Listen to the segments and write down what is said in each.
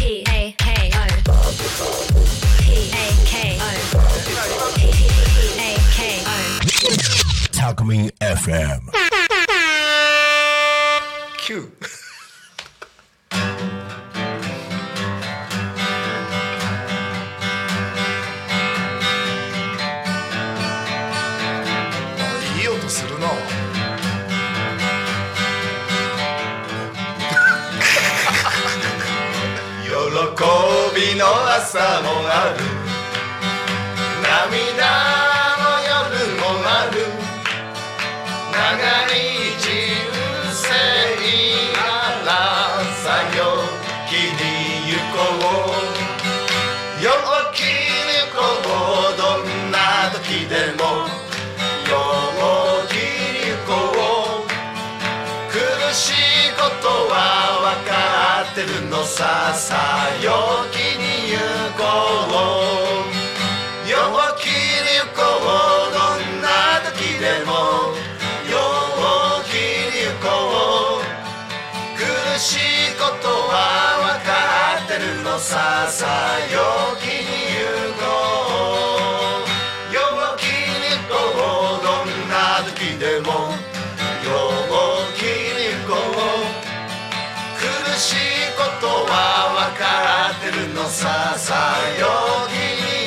K K O P A K O P A K O Talkmin FM 九。いい音するな。 喜びの朝もある。涙の夜もある。長い人生ならさよきに行こう陽気に行こうどんな時でも陽気に行こう苦しいことは分かってるのささ陽気に行こう陽気に行こうどんな時でも陽気に行こう苦しいことは分かってるのささ陽気に行こう陽気に行こうどんな時でも陽気に行こう苦しいことは分かってるのささよきに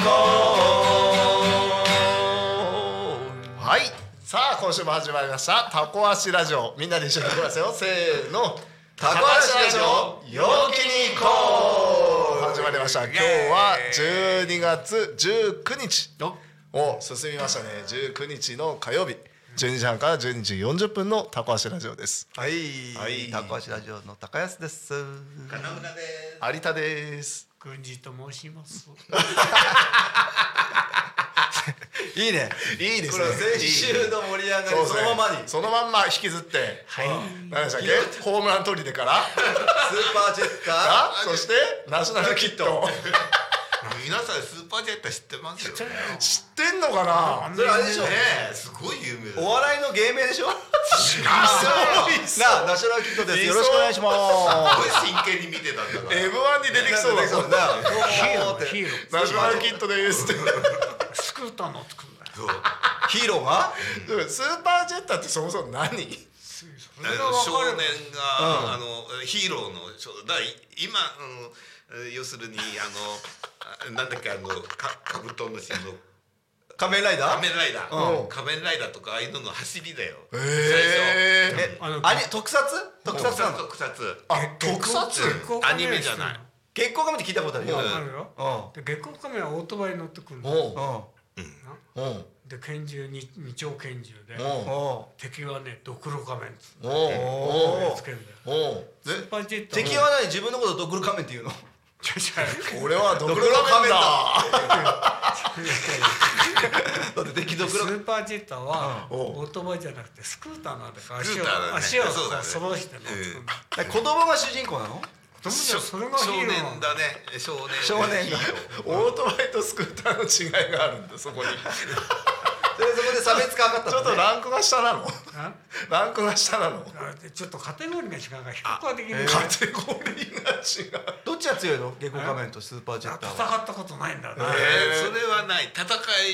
行こうはいさあ今週も始まりましたタコ足ラジオみんなで一緒に行きますよせーのタコ足ラジオ陽気に行こう始まりました今日は12月19日お進みましたね19日の火曜日12時半から12時40分のタコ足ラジオですはい、はい高橋ラジオの高安です。有田です軍事と申します。いいね。いいですねこれは先週の盛り上がりそうですそねのままにスーそのまんま引きずって、はい何でしたっけホームラン取りで からパージェッあカそしてナショナルキット皆さんスーパージェット知ってますよね知ってんのかなー。それあれでしょ。えすごい有名おだ笑いの芸名でしょ。なそうあ、ナショナルキットです。よろしくお願いしますごい真剣に見てたんだから M1 に出てきす。そうだもんななあ。ヒーローヒーロナショナルキットですってー。スクーターの作るんだよ。そうヒーローが。でもスーパージェッターってそもそも何そあれがの分少かる年が、あのヒーローの少だからい今あの要するにあのあなんだっけあのかカブトムシの仮面ライダ仮ー。面ライダうんー仮面ライダーとかああいうのの走りだよえええあ、のあに特撮？特最初撮なの。特撮あ特撮月光アニメじゃない月光仮面って聞いたことあるよ。あるよ。うで月光仮面はオートバイに乗ってくるんだおよううん。おうで拳銃に二丁拳銃でおううん。敵はねドクロ仮面っつっおてうおうおうつけるんだよ。おうスーパージェット敵は何自分のことドクロ仮面っていうの。ちょちょ俺はドクロ仮仮面面だだって敵ドスクロ。ーパージェッターはうんオートバイじゃなくてスクーターなんだからス足クーをターだね足をこそうだうね揃して乗ってくるんだよ。子供が主人公なの？でもじゃあそれがヒ少ーロ年ーなんだよ。だね少年少年がヒーロー オートバイとスクーターの違いがあるんだそこにそれそこで差別化かかったちょのっね。とランクが下なのあランクが下なのだからちょっとカテゴリーが違うから比較はできない。カテゴリーが違うどっちが強いの？月光仮面とスーパージェッターは。戦ったことないんだよな。えーそれはない戦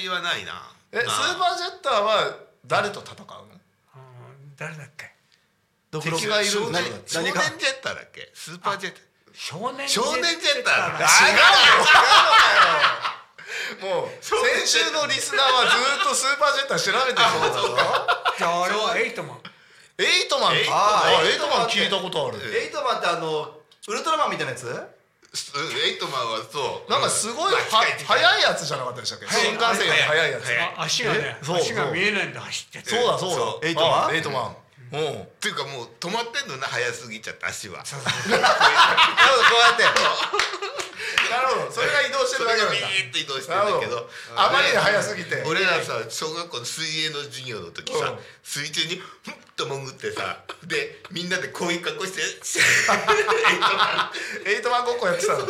いはないなえスーまあパージェッターは誰と戦うのうん誰だっけド敵がいる少年何が少何年がジェッターだっけスーパージェッター少年少年ジェッタ違うーだよあもう先週のリスナーはずっとスーパージェッター調べて そうだなじゃああれはエイトマンエイトマンエイトマンああエエイイトトママンン聞いたことあるエイトマンってあのウルトラマンみたいなやつ？すエイトマンはそうなんかすごいまはあ近近速いやつじゃなかったでしたっけ新幹線より速いやつ速いあ足がねそう足が見えないんで走っててそうだそそううだエイトマンあエイトマンうんっていうかもう止まってんのな速すぎちゃって足はそうなるほどこうやって。なるほどそれが移動してそるれだけがなんビだーッと移動してんだけなるどほどあまりに速すぎて俺らさ小学校の水泳の授業の時うさん水中にふんっと潜ってさでみんなでこういう格好してエイトマンエイトマンごっこやってたの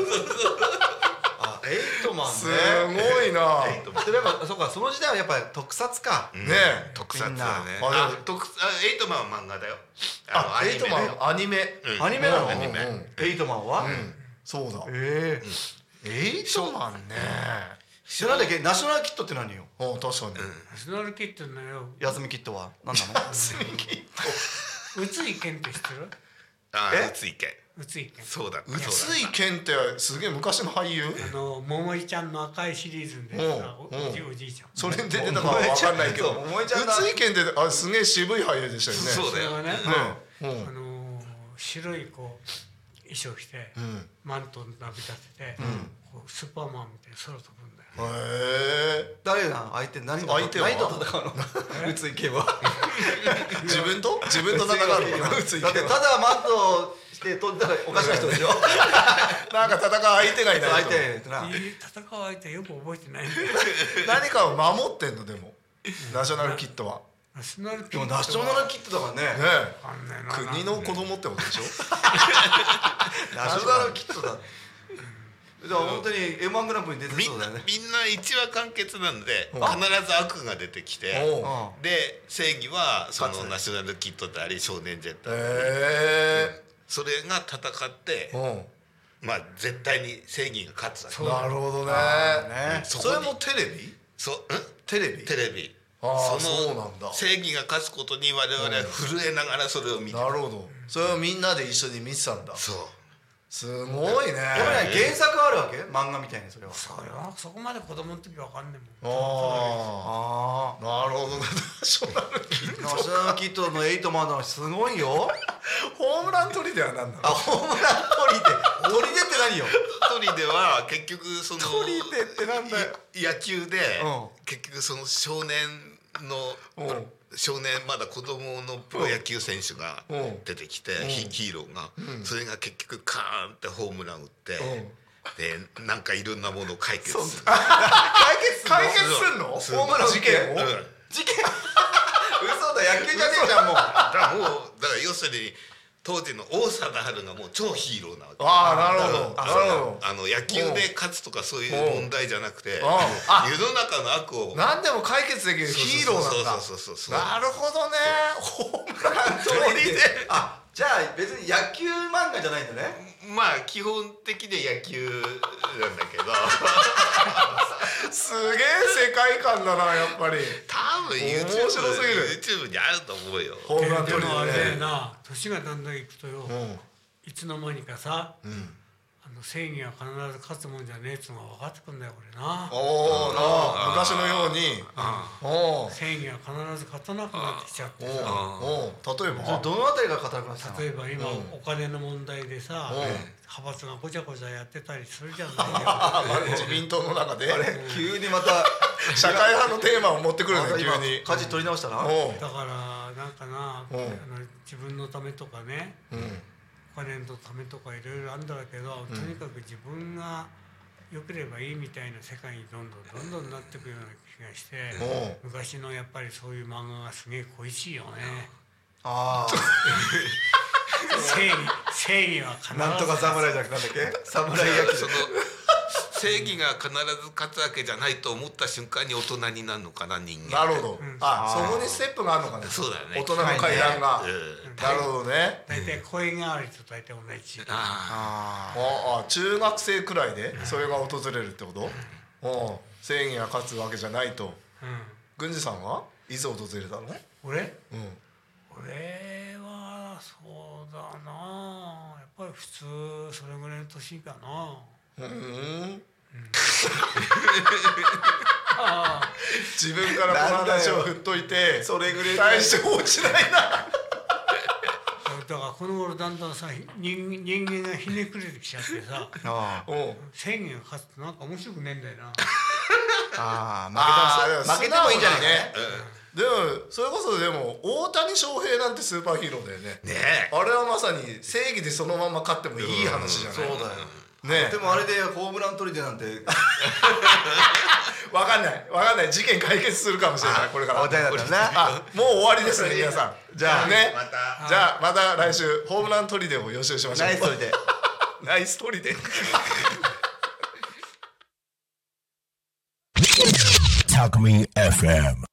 あエイトマンすね。ごいなエイトマンでもやっぱそうかその時代はやっぱり特撮か。ねえ特撮だねみんなああ特撮あエイトマンは漫画だよあエイトマだよンアニメうんアニメなの？アニメエイトマンは？そうだええエイトマンね知らないけナショナルキットって何よお確かに、ナショナルキットのよ休みキットは何なの宇津井健って知ってるあえあついけ宇津井健そうだった宇そうだ津っ井健ってすげえ昔の俳優あの桃井ちゃんの赤いシリーズでさおうおおじいおじいちゃんそれに出てたかは分かんないけどそう宇思いちゃんだ津井健ってあすげえ渋い俳優でしたよねたそうそだれよはね、うんうんあのー白いこう衣装着て、んマントなび立てて、こうスーパーマンみたいに空飛ぶんだよ、へえ誰なん相手何と相手は何と戦うのうついけば自分と自分と戦うのか な宇津井だって健たはだマントして飛んだらおかしな人でしょなんか戦う相手がいない相と手ってなえー戦う相手よく覚えてないんだよ何かを守ってんのでもナショナルキットはナショナルキでもナショナルキットだからねねえあんねえな国の子供ってことでしょナショナルキットだじゃあ本当に M1 グランプリに出みてそんうなだよねみんな一話完結なんで必んず悪が出てきておううんで正義はそ勝のつナショナルキットであり少年ジェットへえそれが戦ってうんまあ絶対に正義が勝つだけなるほどねねそそこれにもテレビそうんテレビテレビあーそうなんだ正義が勝つことに我々は震えながらそれを見てなるほどそれをみんなで一緒に見てたんだそうすごいねでもね原作あるわけ漫画みたいにそれはそれはそこまで子供の時わかんねえもんあああなるほどねそうなるあナショナルキットのエイトマンのすごいよホームラン取りではなんなのあホームラン 鳥で鳥でって何よトリでは結局そのトリデってなんだよい野球でう結局その少年うのん少年まだ子供のプロ野球選手がうん出てきてヒヒーローがそれが結局カーンってホームラン打ってでなんかいろんなものを解決する解決すんの解決すんのそうホームラン事件うをんだか事件嘘だ野球じゃねえじゃんもうらもうだから要するに当時の王貞治がもう超ヒーローなわけああなるほどあなるほあの野球で勝つとかそういう問題じゃなくてん世の中の悪をど何でも解決できるヒーローなんだそうそうそうそうそうなるほどねホームラン鳥 であじゃあ別に野球漫画じゃないんだねまあ基本的に野球なんだけ どすげえ世界観だなやっぱり多分 YouTube, 面白すぎる YouTube にあると思うよホームランで取りもあれだよでねな年がだんだんいくとよ、うんいつの間にかさ、あの正義は必ず勝つもんじゃねえっつうのが分かってくんだよこれなおおなあ昔のようにおお正義は必ず勝たなくなってきちゃっておさお例えばどのあたりが硬くなってたの例えば今お金の問題でさうん派閥がごちゃごちゃやってたりするじゃなあまあ自民党の中で急にまた社会派のテーマを持ってくるまねた急今に舵取り直したなおういよだからなんかなあうんの自分のためとかねうんお金のためとかいろいろあるんだけどとにかく自分が良ければいいみたいな世界にどんどんどんどんなってくような気がしてう昔のやっぱりそういう漫画がすげえ恋しいよねあ 正義正義は必あずなんとか侍じゃなくてなんだっけ侍野球その正義が必ず勝つわけじゃないと思った瞬間に大人になるのかな人間なるほどあそこにステップがあるのかねそうだよね大人の階段がうんなるほどね大体声変わりと大体同じああああ中学生くらいでそれが訪れるってことおう正義が勝つわけじゃないとうん郡司さんはいつ訪れたの俺うん俺はそうだなやっぱり普通それぐらいの年かなうんああ自分からこの話を振っといてそれぐらい大して落ちないなだからこの頃だんだんさ人人間がひねくれてきちゃってさああうん正義が勝つとなんか面白くねえんだよなあああ負けた負けーてもいいんじゃないねでもそれこそでも大谷翔平なんてスーパーヒーローだよねねえあれはまさに正義でそのまま勝ってもいい話じゃないそうだよねでもあれでホームラン取りでなんてわかんないわかんない事件解決するかもしれないこれから大谷だったらねあもう終わりですね皆さんじゃあねまたじゃあまた来週ホームラントリデーを予習しましょ うナイス取りでナイストリデー Talk Me FM.